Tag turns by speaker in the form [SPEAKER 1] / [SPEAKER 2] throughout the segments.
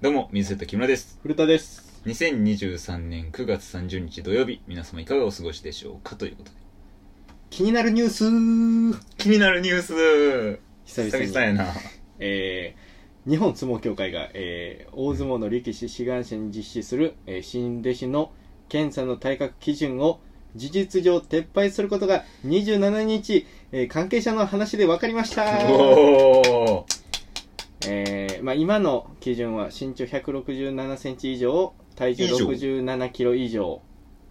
[SPEAKER 1] どうも、水瀬と木村です。
[SPEAKER 2] 古田です。
[SPEAKER 1] 2023年9月30日土曜日、皆様いかがお過ごしでしょうかということで。
[SPEAKER 2] 気になるニュースー
[SPEAKER 1] 気になるニュース
[SPEAKER 2] 久
[SPEAKER 1] 久
[SPEAKER 2] 々に
[SPEAKER 1] 々やな。
[SPEAKER 2] えー、日本相撲協会が、えー、大相撲の力士志願者に実施する、えー、新弟子の検査の体格基準を事実上撤廃することが27日、えー、関係者の話で分かりました
[SPEAKER 1] おー
[SPEAKER 2] えーまあ、今の基準は身長1 6 7センチ以上体重
[SPEAKER 1] 以上
[SPEAKER 2] 6 7キロ以上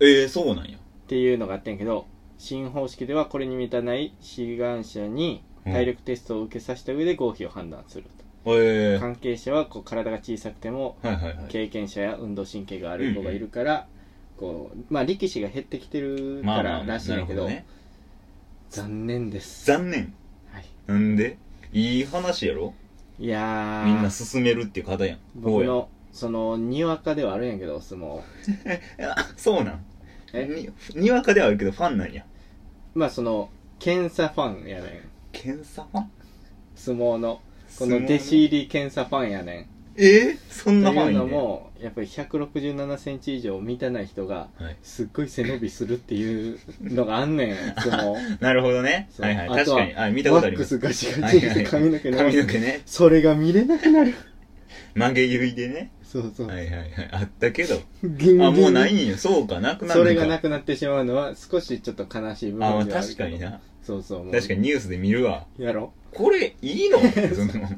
[SPEAKER 1] えー、そうなんや。
[SPEAKER 2] っていうのがあってんけど新方式ではこれに満たない志願者に
[SPEAKER 1] うん
[SPEAKER 2] 体力テストを受けさせた上で合否を判断すると、
[SPEAKER 1] えー。はい
[SPEAKER 2] 関係者はこう体が小さくても
[SPEAKER 1] はいはい。
[SPEAKER 2] 経験者や運動神経がある子がいるから、こうまあ力士が減ってきてる
[SPEAKER 1] ま
[SPEAKER 2] か
[SPEAKER 1] あま
[SPEAKER 2] ら
[SPEAKER 1] あ、
[SPEAKER 2] らしい
[SPEAKER 1] なんる
[SPEAKER 2] や
[SPEAKER 1] ほ
[SPEAKER 2] けど,、
[SPEAKER 1] どね。
[SPEAKER 2] 残念です、
[SPEAKER 1] 残念。
[SPEAKER 2] はい、
[SPEAKER 1] なんでいい話やろ
[SPEAKER 2] いやー
[SPEAKER 1] みんな進めるっていう課題やん。
[SPEAKER 2] 僕のそのにわかではあるんやけど相撲
[SPEAKER 1] 坊や。あそうなん。
[SPEAKER 2] え
[SPEAKER 1] に、にわかではあるけどファンなんや。
[SPEAKER 2] まあその検査ファンやねん
[SPEAKER 1] 検査ファン
[SPEAKER 2] 相撲のこの
[SPEAKER 1] 相撲
[SPEAKER 2] 弟子入り検査ファンやねん
[SPEAKER 1] えー、そんな
[SPEAKER 2] と
[SPEAKER 1] いファン
[SPEAKER 2] う
[SPEAKER 1] や
[SPEAKER 2] の
[SPEAKER 1] ね
[SPEAKER 2] もやっぱり1 6 7センチ以上満たない人が
[SPEAKER 1] はい
[SPEAKER 2] すっごい背伸びするっていうのがあ んねんその
[SPEAKER 1] なるほどね。
[SPEAKER 2] そう
[SPEAKER 1] はいはい。
[SPEAKER 2] あ
[SPEAKER 1] 確
[SPEAKER 2] とは
[SPEAKER 1] かに。あ、見た
[SPEAKER 2] ワ
[SPEAKER 1] ことあ
[SPEAKER 2] ッ
[SPEAKER 1] り
[SPEAKER 2] ク
[SPEAKER 1] ます。
[SPEAKER 2] スガチガ
[SPEAKER 1] は
[SPEAKER 2] チ
[SPEAKER 1] いは
[SPEAKER 2] に
[SPEAKER 1] い
[SPEAKER 2] して髪の毛伸ば
[SPEAKER 1] 髪
[SPEAKER 2] す
[SPEAKER 1] の毛ね。
[SPEAKER 2] それが見れなく なる
[SPEAKER 1] 曲げ結いでね。
[SPEAKER 2] そうそう、
[SPEAKER 1] はいはいはい。あったけど。
[SPEAKER 2] ギンギン
[SPEAKER 1] あ、もうないんや。そうか、なくなる
[SPEAKER 2] それがな
[SPEAKER 1] な
[SPEAKER 2] くなってしまうのは少しちょっと悲しい部
[SPEAKER 1] あ、まあ
[SPEAKER 2] 分ではある
[SPEAKER 1] 確
[SPEAKER 2] けど
[SPEAKER 1] かにな。
[SPEAKER 2] そうそうもう
[SPEAKER 1] 確かにニュースで見るわ。
[SPEAKER 2] やろ
[SPEAKER 1] これ、い いのその、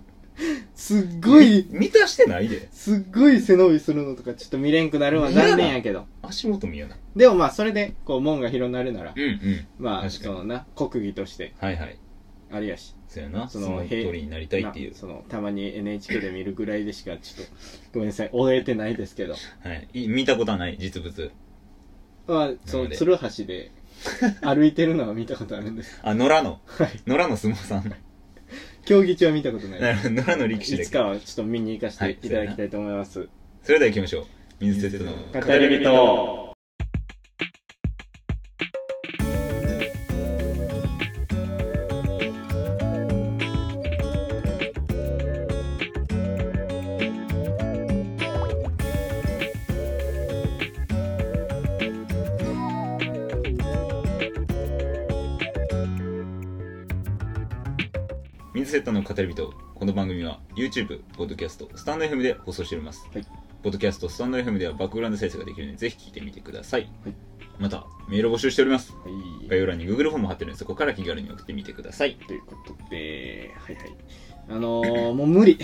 [SPEAKER 2] すっご
[SPEAKER 1] み
[SPEAKER 2] い
[SPEAKER 1] 満たしてないで。
[SPEAKER 2] すっごい背伸びするのとかちょっと見れんくなるは残念やけど
[SPEAKER 1] 足元見よな。
[SPEAKER 2] でもまあそれでこう門が広なるなら
[SPEAKER 1] うんうん。
[SPEAKER 2] まあ
[SPEAKER 1] 確か
[SPEAKER 2] そ
[SPEAKER 1] に
[SPEAKER 2] のな国技として
[SPEAKER 1] はいはい。
[SPEAKER 2] ありやし
[SPEAKER 1] そうやな。そ
[SPEAKER 2] その
[SPEAKER 1] の
[SPEAKER 2] へい
[SPEAKER 1] 通りになりたいっていう
[SPEAKER 2] な。そのたまに NHK で見るぐらいでしかちょっとごめんなさい終えてないですけど、
[SPEAKER 1] はい。い見たことはない、実物。
[SPEAKER 2] まあ、そ
[SPEAKER 1] なの
[SPEAKER 2] の
[SPEAKER 1] で
[SPEAKER 2] 鶴橋で歩いてるのは見たことあるん です
[SPEAKER 1] あ、野良の。
[SPEAKER 2] はい
[SPEAKER 1] 野良の相撲さ ん。
[SPEAKER 2] 競技中は見たことない
[SPEAKER 1] な
[SPEAKER 2] で
[SPEAKER 1] る
[SPEAKER 2] す
[SPEAKER 1] ほど野良の力士
[SPEAKER 2] い
[SPEAKER 1] だ
[SPEAKER 2] つ
[SPEAKER 1] けど。
[SPEAKER 2] かはちょっと見に行かせていただきたいと思います、
[SPEAKER 1] それでは行きましょう。水鉄の
[SPEAKER 2] 語り人
[SPEAKER 1] 水セットの語り人この番組は YouTube、ポッドキャスト、スタンド FM で放送しております、
[SPEAKER 2] はい
[SPEAKER 1] ポッドキャスト、スタンド FM ではバックグラウンド再生ができるのでぜひ聞いてみてください、
[SPEAKER 2] はい
[SPEAKER 1] またメールを募集しております
[SPEAKER 2] はい
[SPEAKER 1] 概要欄に Google フォームを貼ってるのでそこから気軽に送ってみてください
[SPEAKER 2] ということではいはいあのー、もう無理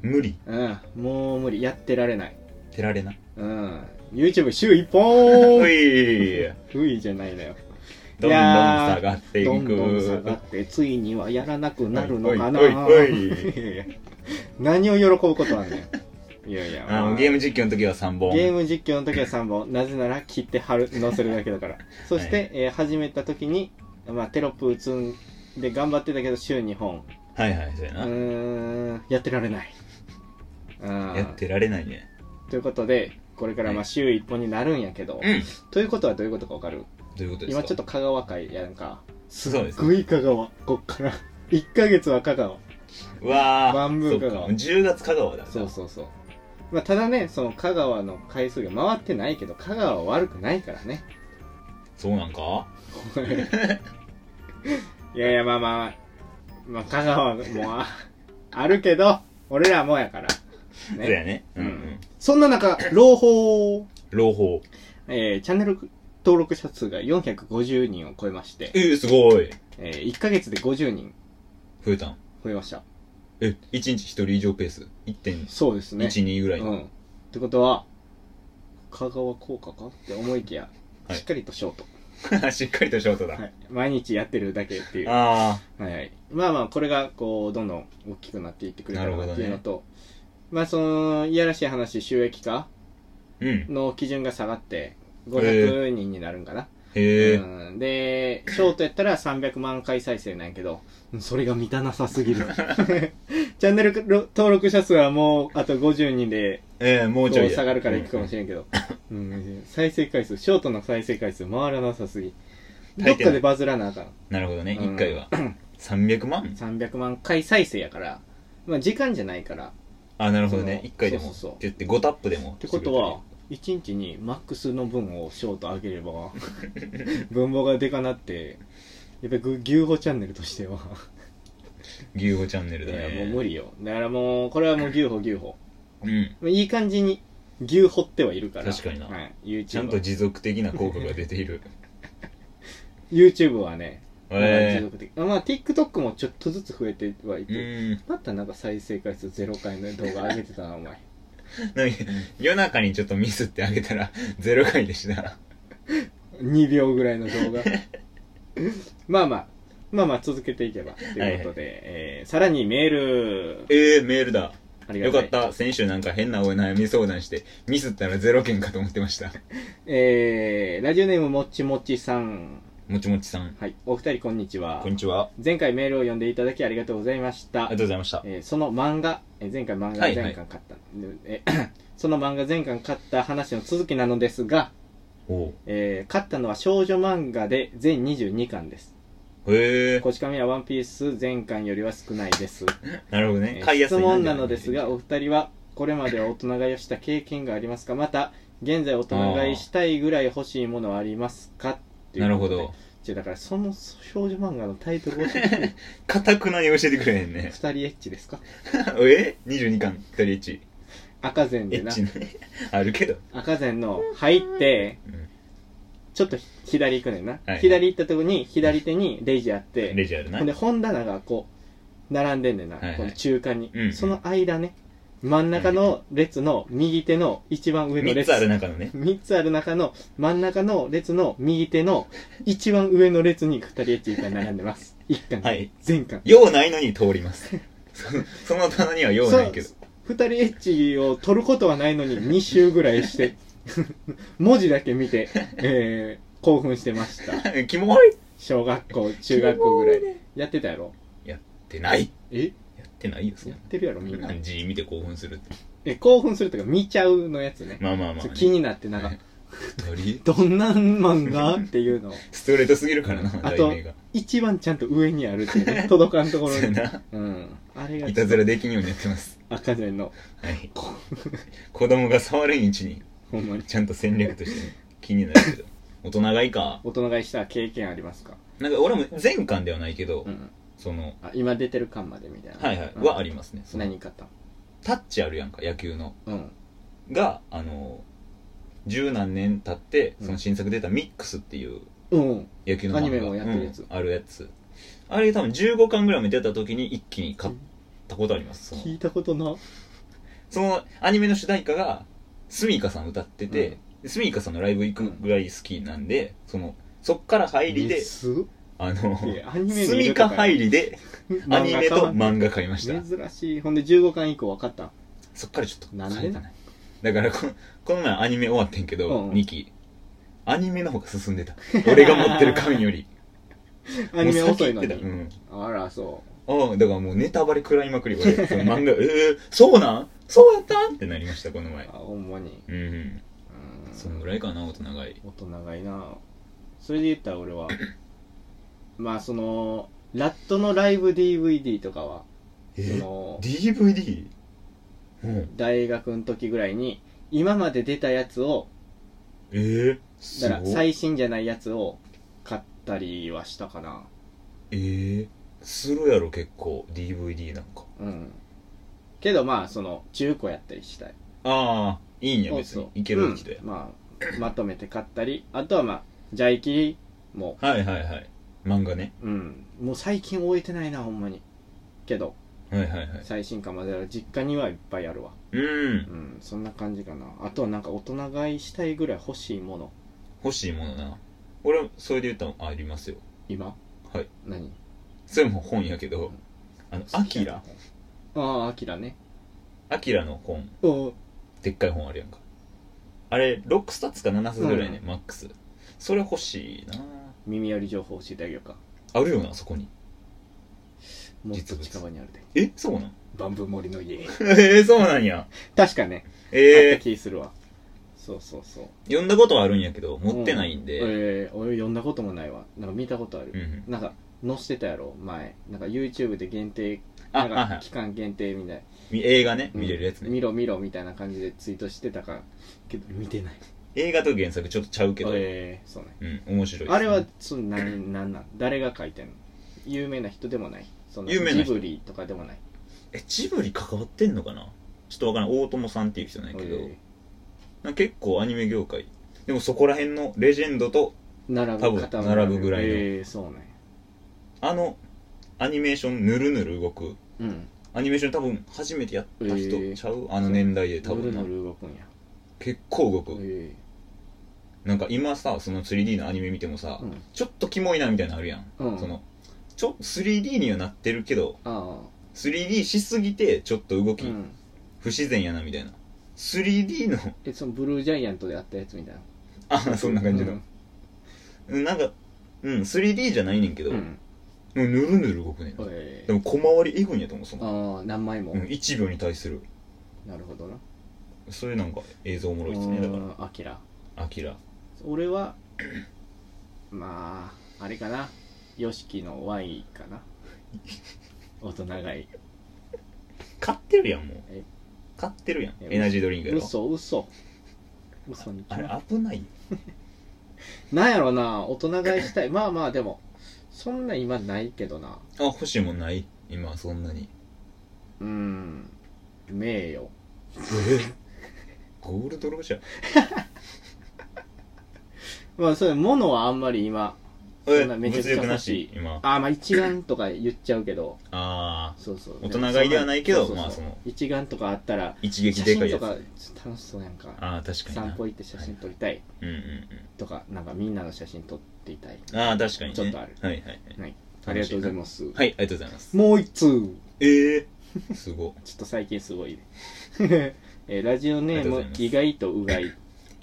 [SPEAKER 1] 無理
[SPEAKER 2] うんもう無理やってられない
[SPEAKER 1] てられな
[SPEAKER 2] うん YouTube 週 一
[SPEAKER 1] お
[SPEAKER 2] 本
[SPEAKER 1] い
[SPEAKER 2] ふいじゃないのよ
[SPEAKER 1] どんどん下がっていく
[SPEAKER 2] どんどん下がってついにはやらなくなるのかな
[SPEAKER 1] おいおいおい
[SPEAKER 2] いやいや何を喜ぶことあんねんいやいや、
[SPEAKER 1] あのゲーム実況の時は3本
[SPEAKER 2] ゲーム実況の時は3本なぜなら切って貼る載せるだけ だからそして、えー始めた時に、まあ、テロップ打つんで頑張ってたけど週2本
[SPEAKER 1] はいはいそうや
[SPEAKER 2] う
[SPEAKER 1] な、
[SPEAKER 2] ーんやってられないうん
[SPEAKER 1] やってられないね
[SPEAKER 2] ということでこれからま
[SPEAKER 1] は
[SPEAKER 2] あ週1本になるんやけど、
[SPEAKER 1] うん
[SPEAKER 2] ということはどういうことかわかる
[SPEAKER 1] どういうことですか
[SPEAKER 2] 今ちょっと香川会やんか
[SPEAKER 1] すごいです
[SPEAKER 2] ぐい香川こっから1ヶ月は香川
[SPEAKER 1] うわー
[SPEAKER 2] バンブー香川
[SPEAKER 1] そうか10月香川だ
[SPEAKER 2] そうそうそう、まあ、ただねその香川の回数が回ってないけど香川は悪くないから ね
[SPEAKER 1] そうなんか
[SPEAKER 2] いやいやまあまあまあ香川もああるけど俺らもやから
[SPEAKER 1] そうやねうんう
[SPEAKER 2] うんんそんな中朗報、
[SPEAKER 1] 朗報
[SPEAKER 2] えー、チャンネル登録者数が450人を超えまして、
[SPEAKER 1] えー、すごい
[SPEAKER 2] えー、1ヶ月で50人
[SPEAKER 1] 増えたん
[SPEAKER 2] 増えました
[SPEAKER 1] え一1日1人以上ペース1.12、
[SPEAKER 2] そうですね
[SPEAKER 1] ぐらい、
[SPEAKER 2] うんってことは香川効果かって思いきや、
[SPEAKER 1] はい
[SPEAKER 2] しっかりとショート、
[SPEAKER 1] しっかりとショートだ、
[SPEAKER 2] はい、毎日やってるだけっていう
[SPEAKER 1] あ
[SPEAKER 2] はいはい、まあまあこれがこうどんどん大きくなっていってくれたら
[SPEAKER 1] なるほ
[SPEAKER 2] な
[SPEAKER 1] どね
[SPEAKER 2] っていうのと、まあそのいやらしい話収益化
[SPEAKER 1] あうん
[SPEAKER 2] の基準が下がって500人になるんかな、
[SPEAKER 1] へえ、
[SPEAKER 2] うん、でショートやったら300万回再生なんやけどそれが満たなさすぎ るチャンネル登録者数はもうあと50人で
[SPEAKER 1] えー、も
[SPEAKER 2] こ
[SPEAKER 1] うちょ
[SPEAKER 2] う
[SPEAKER 1] い
[SPEAKER 2] 下がるからいくかもしれんけど、うん、再生回数ショートの再生回数回らなさすぎどっかでバズらなあかん
[SPEAKER 1] なるほどね、一
[SPEAKER 2] うん
[SPEAKER 1] 1回は300万
[SPEAKER 2] 300万回再生やから、まあ、時間じゃないから
[SPEAKER 1] あなるほどね
[SPEAKER 2] その
[SPEAKER 1] 1回でも
[SPEAKER 2] そうそうそう
[SPEAKER 1] ギュッて5タップでも
[SPEAKER 2] ってことは1日にマックスの分をショート上げれば 分母がでかなってやっぱりぐ牛歩チャンネルとしては、
[SPEAKER 1] 牛歩チャンネルだ
[SPEAKER 2] い
[SPEAKER 1] ね
[SPEAKER 2] やもう無理よだからもうこれはもう牛歩牛歩
[SPEAKER 1] うん
[SPEAKER 2] いい感じに牛歩ってはいるから
[SPEAKER 1] 確かにな
[SPEAKER 2] はい、
[SPEAKER 1] ちゃんと
[SPEAKER 2] YouTube,
[SPEAKER 1] 持続的な効果が出ている
[SPEAKER 2] YouTube はね、 まあ持
[SPEAKER 1] え
[SPEAKER 2] 続的まあ TikTok もちょっとずつ増えてはい
[SPEAKER 1] え
[SPEAKER 2] て、
[SPEAKER 1] うん
[SPEAKER 2] またなんか再生回数0回の動画上げてたなお前
[SPEAKER 1] なんか夜中にちょっとミスってあげたら0回 で した
[SPEAKER 2] 2秒ぐらいの動 画まあまあまあまあ続けていけばということで、えーさらにメール
[SPEAKER 1] ええメールだ
[SPEAKER 2] ありが
[SPEAKER 1] よ
[SPEAKER 2] た
[SPEAKER 1] か
[SPEAKER 2] い
[SPEAKER 1] った先週なんか変なお悩み相談してミスったら0件かと思ってました
[SPEAKER 2] えー、ラジオネームもっちもちさん
[SPEAKER 1] もちもちさん
[SPEAKER 2] はいお二人こんにちは
[SPEAKER 1] こんにちは
[SPEAKER 2] 前回メールを読んでいただきありがとうございまし
[SPEAKER 1] あ
[SPEAKER 2] た
[SPEAKER 1] りがとうございました
[SPEAKER 2] えーその漫画えー前回漫画
[SPEAKER 1] はいはい
[SPEAKER 2] 前巻買った、えー その漫画前巻買った話の続きなのですが、
[SPEAKER 1] おう
[SPEAKER 2] えー買ったのは少女漫画で全22巻です
[SPEAKER 1] へえ
[SPEAKER 2] こち亀はワンピース全巻よりは少ないです
[SPEAKER 1] なるほどね
[SPEAKER 2] えー
[SPEAKER 1] 買いやす
[SPEAKER 2] 質
[SPEAKER 1] い
[SPEAKER 2] 問なのですがお二人はこれまで大人買いをした経験がありますかまた現在大人買いしたいぐらい欲しいものはありますかっていう
[SPEAKER 1] なるほ
[SPEAKER 2] ことで
[SPEAKER 1] ど
[SPEAKER 2] じゃあだからその少女漫画のタイトルを教 えて
[SPEAKER 1] かたくなに教えてくれへん
[SPEAKER 2] 二
[SPEAKER 1] ね
[SPEAKER 2] 人エッチですか
[SPEAKER 1] え22巻2人エッチ
[SPEAKER 2] 赤膳
[SPEAKER 1] エ
[SPEAKER 2] で
[SPEAKER 1] ッ
[SPEAKER 2] な
[SPEAKER 1] チね あるけど
[SPEAKER 2] 赤膳の入って
[SPEAKER 1] うん
[SPEAKER 2] ちょっと左行くねんな、
[SPEAKER 1] いはい
[SPEAKER 2] 左行ったとこに左手にレジあって
[SPEAKER 1] レジあるな
[SPEAKER 2] ほんで本棚がこう並んでんねんな、
[SPEAKER 1] はいはい
[SPEAKER 2] この中間に、
[SPEAKER 1] うんうん
[SPEAKER 2] その間ね真ん中の列の右手の一番上の
[SPEAKER 1] 3
[SPEAKER 2] 列
[SPEAKER 1] つある中のね
[SPEAKER 2] 3つある中の真ん中の列の右手の一番上の列に2人エッチが並ん でます1巻、
[SPEAKER 1] はい
[SPEAKER 2] 全巻
[SPEAKER 1] 用ないのに通ります そその棚には用ないけど
[SPEAKER 2] 2人エッチを取ることはないのに2周ぐらいして 文字だけ見て、えー興奮してました
[SPEAKER 1] キモいっ
[SPEAKER 2] 小学校中学校ぐ らいやってたやろ
[SPEAKER 1] てない
[SPEAKER 2] え
[SPEAKER 1] やってないよそん
[SPEAKER 2] やっ
[SPEAKER 1] な
[SPEAKER 2] てるやろみんな
[SPEAKER 1] 字見て興奮するって
[SPEAKER 2] え興奮するとか見ちゃうのやつね,、
[SPEAKER 1] まあまあまあ、ね、
[SPEAKER 2] 気になってなんか
[SPEAKER 1] 二人
[SPEAKER 2] どんな漫画ってい うのを
[SPEAKER 1] ストレートすぎるからな
[SPEAKER 2] あ
[SPEAKER 1] 題
[SPEAKER 2] と
[SPEAKER 1] 名が
[SPEAKER 2] 一番ちゃんと上にあるっていうね届かんところ
[SPEAKER 1] そう
[SPEAKER 2] に
[SPEAKER 1] やな
[SPEAKER 2] うんあれ が
[SPEAKER 1] いたずらできんようになってます
[SPEAKER 2] 赤ちゃんの
[SPEAKER 1] はい子供が触る位置に
[SPEAKER 2] ほんまに
[SPEAKER 1] ちゃんと戦略として ね気になるけど大人がいいか
[SPEAKER 2] 大人買いした経験ありますか、
[SPEAKER 1] なんか俺も全巻ではないけど、
[SPEAKER 2] うん、
[SPEAKER 1] その
[SPEAKER 2] あ今出てる巻までみたいな
[SPEAKER 1] はいはい、
[SPEAKER 2] うん
[SPEAKER 1] はありますねその
[SPEAKER 2] 何買った
[SPEAKER 1] タッチあるやんか野球の
[SPEAKER 2] うん
[SPEAKER 1] があの十何年経って
[SPEAKER 2] うん
[SPEAKER 1] その新作出たミックスっていう
[SPEAKER 2] うん
[SPEAKER 1] 野球の漫画
[SPEAKER 2] アニメもやってるやつ
[SPEAKER 1] うんあるやつあれ多分15巻ぐらいまで出た時に一気に買ったことありますその
[SPEAKER 2] 聞いたことな
[SPEAKER 1] そのアニメの主題歌がスミカさん歌ってて、スミカさんのライブ行くぐらい好きなんで、そのそっから入りで、
[SPEAKER 2] す
[SPEAKER 1] あの
[SPEAKER 2] いやアニメ
[SPEAKER 1] ス
[SPEAKER 2] 見
[SPEAKER 1] ミ
[SPEAKER 2] ると
[SPEAKER 1] カ
[SPEAKER 2] か
[SPEAKER 1] 入りでアニメと漫
[SPEAKER 2] 画
[SPEAKER 1] 画買いました
[SPEAKER 2] 珍しいほんで15巻以降分かった
[SPEAKER 1] そっからちょっと
[SPEAKER 2] なんで
[SPEAKER 1] 変えたねだからこのこの前アニメ終わってんけど、
[SPEAKER 2] うんうん
[SPEAKER 1] 2期アニメの方が進んでた俺が持ってる紙より
[SPEAKER 2] アニメ遅いのに、
[SPEAKER 1] もう先行って
[SPEAKER 2] あらそ
[SPEAKER 1] たうんああだからもうネタバレ食らいまくり俺 その漫画えー、そうなんそうやったんってなりましたこの
[SPEAKER 2] う
[SPEAKER 1] 前
[SPEAKER 2] あほんまに
[SPEAKER 1] うんうん
[SPEAKER 2] うん
[SPEAKER 1] そのぐらいかな大人がいい
[SPEAKER 2] 大人がいなそれで言ったら 俺はまあそのラットのライブ DVD とかは
[SPEAKER 1] え
[SPEAKER 2] そ
[SPEAKER 1] ー
[SPEAKER 2] の
[SPEAKER 1] DVD? うん。
[SPEAKER 2] 大学の時ぐらいに今まで出たやつを
[SPEAKER 1] えー、す
[SPEAKER 2] だから
[SPEAKER 1] ごい。
[SPEAKER 2] 最新じゃないやつを買ったりはしたかな
[SPEAKER 1] えー、するやろ結構、DVD なんか。
[SPEAKER 2] うんけどまあその中古やったりしたい
[SPEAKER 1] ああ、いいんや
[SPEAKER 2] そう
[SPEAKER 1] 別
[SPEAKER 2] そう
[SPEAKER 1] に。いける人や
[SPEAKER 2] う、んまあまとめて買ったりあとはまあジャイキリも
[SPEAKER 1] はいはいはい。漫画ね。
[SPEAKER 2] うんもう最近終えてないなほんまにけど
[SPEAKER 1] はいはいはい。
[SPEAKER 2] 最新刊までは実家にはいっぱいあるわ
[SPEAKER 1] うん
[SPEAKER 2] う。んそんな感じかなあとはなんか大人買いしたいぐらい欲しいもの
[SPEAKER 1] 欲しいものな。俺、それで言ったのありますよ。
[SPEAKER 2] 今
[SPEAKER 1] はい
[SPEAKER 2] 何
[SPEAKER 1] それも本やけど、あの、アキラ。
[SPEAKER 2] ああアキラね
[SPEAKER 1] アキラの本、
[SPEAKER 2] お
[SPEAKER 1] でっかい本あるやんか。あれ、6冊か7冊ぐらいね、マックス。それ欲しいな
[SPEAKER 2] 耳寄り情報教えてあげようか
[SPEAKER 1] あるよな、そこに。
[SPEAKER 2] もっと
[SPEAKER 1] 実物
[SPEAKER 2] 近場にあるで
[SPEAKER 1] え、そうな ん
[SPEAKER 2] バンブー森の家
[SPEAKER 1] えー、そうなんや。
[SPEAKER 2] 確かね
[SPEAKER 1] え
[SPEAKER 2] あ
[SPEAKER 1] え
[SPEAKER 2] った気するわそうそうそう
[SPEAKER 1] 読んだことはあるんやけど持ってないんで、うん
[SPEAKER 2] ええ俺読んだこともないわなんか見たことある、なんか載せてたやろ前なんか YouTube で限定
[SPEAKER 1] あ
[SPEAKER 2] なん
[SPEAKER 1] はいは
[SPEAKER 2] か
[SPEAKER 1] い
[SPEAKER 2] 期間限定みたい
[SPEAKER 1] み映画ね、見れるやつ
[SPEAKER 2] うん見
[SPEAKER 1] ね。
[SPEAKER 2] ろ見ろみたいな感じでツイートしてたからけど見てない
[SPEAKER 1] 映画と原作ちょっとちゃうけど、うん、
[SPEAKER 2] えーそうね
[SPEAKER 1] 面白いですね
[SPEAKER 2] あれはその何何なん誰が書いてんの有名な人でもないその
[SPEAKER 1] 有名な
[SPEAKER 2] ジ
[SPEAKER 1] 人
[SPEAKER 2] ブリとかでもない
[SPEAKER 1] え、ジブリ関わってんのかなちょっとわからん。大友さんっていう人なんやけど、
[SPEAKER 2] え
[SPEAKER 1] なんか結構アニメ業界。でもそこら辺のレジェンドと、
[SPEAKER 2] ー並
[SPEAKER 1] 多
[SPEAKER 2] ぶ
[SPEAKER 1] 分
[SPEAKER 2] 方
[SPEAKER 1] 並ぶぐらいの
[SPEAKER 2] えーそうね
[SPEAKER 1] あの、アニメーションぬるぬる動く。
[SPEAKER 2] うん
[SPEAKER 1] アニメーション多分初めてやった
[SPEAKER 2] ええ
[SPEAKER 1] 人ちゃう、あの年代で多
[SPEAKER 2] ダブ
[SPEAKER 1] 分
[SPEAKER 2] ル
[SPEAKER 1] な
[SPEAKER 2] のル動くんや
[SPEAKER 1] 結構動く、
[SPEAKER 2] え
[SPEAKER 1] なんか今さその 3D のアニメ見てもさ、
[SPEAKER 2] ーうん
[SPEAKER 1] ちょっとキモいなみたいなのあるやん、
[SPEAKER 2] うん
[SPEAKER 1] そのちょ 3D にはなってるけど
[SPEAKER 2] あ
[SPEAKER 1] 3D しすぎてちょっと動
[SPEAKER 2] あう
[SPEAKER 1] き
[SPEAKER 2] ん
[SPEAKER 1] 不自然やなみたいな 3D の
[SPEAKER 2] えそのブルージャイアントであったやつみたいな
[SPEAKER 1] あそんな感じ
[SPEAKER 2] う
[SPEAKER 1] の
[SPEAKER 2] ん、
[SPEAKER 1] うん、なんかうん 3D じゃないねんけど、
[SPEAKER 2] う
[SPEAKER 1] も
[SPEAKER 2] ん
[SPEAKER 1] うぬるぬる動くねんで
[SPEAKER 2] えー
[SPEAKER 1] も小回りえぐいんやと思うその、
[SPEAKER 2] ああ何枚も
[SPEAKER 1] うん、1秒に対する
[SPEAKER 2] なるほどな
[SPEAKER 1] そういうなんか映像おもろいですねだから
[SPEAKER 2] うんアキラ
[SPEAKER 1] アキラ
[SPEAKER 2] 俺はまああれかな YOSHIKI の Y かな大人がいい
[SPEAKER 1] 買ってるやんもう
[SPEAKER 2] え
[SPEAKER 1] 買ってるやん
[SPEAKER 2] え
[SPEAKER 1] エナジードリンクやろ
[SPEAKER 2] 嘘嘘嘘に
[SPEAKER 1] あれ危ない
[SPEAKER 2] なんやろな大人買いしたいまあまあでもそんな今ないけどな
[SPEAKER 1] あ欲しいもんない今そんな に
[SPEAKER 2] うーん名誉
[SPEAKER 1] ゴールドロジャー
[SPEAKER 2] まあそれ物はあんまり今そんなめ
[SPEAKER 1] え
[SPEAKER 2] ち
[SPEAKER 1] 物
[SPEAKER 2] ゃくちゃ
[SPEAKER 1] 欲な
[SPEAKER 2] 欲しい
[SPEAKER 1] し今
[SPEAKER 2] あーまあ一眼とか言っちゃうけど
[SPEAKER 1] あー
[SPEAKER 2] そうそう
[SPEAKER 1] 大人買いではないけど
[SPEAKER 2] そん
[SPEAKER 1] まあその
[SPEAKER 2] 一眼とかあったら
[SPEAKER 1] 一
[SPEAKER 2] 写
[SPEAKER 1] 撃でか
[SPEAKER 2] 真
[SPEAKER 1] いや
[SPEAKER 2] と
[SPEAKER 1] つ
[SPEAKER 2] か楽しそうやんか
[SPEAKER 1] ああ確かにな
[SPEAKER 2] 散歩行って写真撮りたい
[SPEAKER 1] うんうん
[SPEAKER 2] とか、なんかみんなの写真撮っていたい。
[SPEAKER 1] うんああ確かにね
[SPEAKER 2] ちょっとある
[SPEAKER 1] はいはいはい
[SPEAKER 2] はい。あ
[SPEAKER 1] 楽
[SPEAKER 2] りが
[SPEAKER 1] しい
[SPEAKER 2] とうございます。
[SPEAKER 1] はいありがとうございます
[SPEAKER 2] もう一通
[SPEAKER 1] ええー、すご
[SPEAKER 2] ちょっと最近すごいね えーラジオネ
[SPEAKER 1] あり
[SPEAKER 2] ー
[SPEAKER 1] がとうござ
[SPEAKER 2] ム
[SPEAKER 1] いま、す
[SPEAKER 2] 意外とうがい。
[SPEAKER 1] い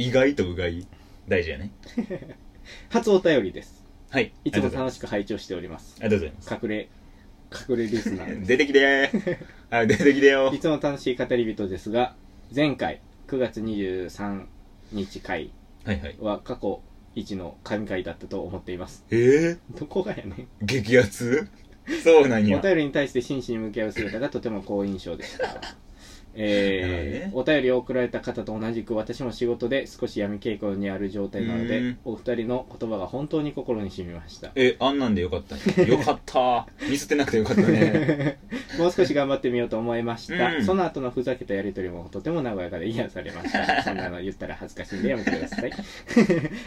[SPEAKER 1] 意外とうがい大事やね
[SPEAKER 2] 初お便りです。
[SPEAKER 1] はい
[SPEAKER 2] いつも
[SPEAKER 1] あ
[SPEAKER 2] 楽しく拝聴しております。
[SPEAKER 1] りがとうございます
[SPEAKER 2] 隠れ、隠れリスナ
[SPEAKER 1] ありがとうござい ま
[SPEAKER 2] ーですす。
[SPEAKER 1] 出てきて ーあ出てきてよ
[SPEAKER 2] いつも楽しい語り人ですが、前回、9月23日回
[SPEAKER 1] はいはい
[SPEAKER 2] は過去一の神回だったと思っています。
[SPEAKER 1] ええ
[SPEAKER 2] どこがやね
[SPEAKER 1] ー、激アツそうなんや
[SPEAKER 2] お便りに対して真摯に向き合う姿がとても好印象 でした、
[SPEAKER 1] な
[SPEAKER 2] え
[SPEAKER 1] る
[SPEAKER 2] ー
[SPEAKER 1] ほ
[SPEAKER 2] お便りを送られた方と同じく私も仕事で少し闇傾向にある状態なの
[SPEAKER 1] う
[SPEAKER 2] で
[SPEAKER 1] ん
[SPEAKER 2] お二人の言葉が本当に心に染みました
[SPEAKER 1] え、あんなんでよかったね。よかった。ミスってなくてよかったね。
[SPEAKER 2] もう少し頑張ってみようと思いました、
[SPEAKER 1] うん
[SPEAKER 2] その後のふざけたやりとりもとても和やかで癒されま したそんなの言ったら恥ずかしいんでやめてください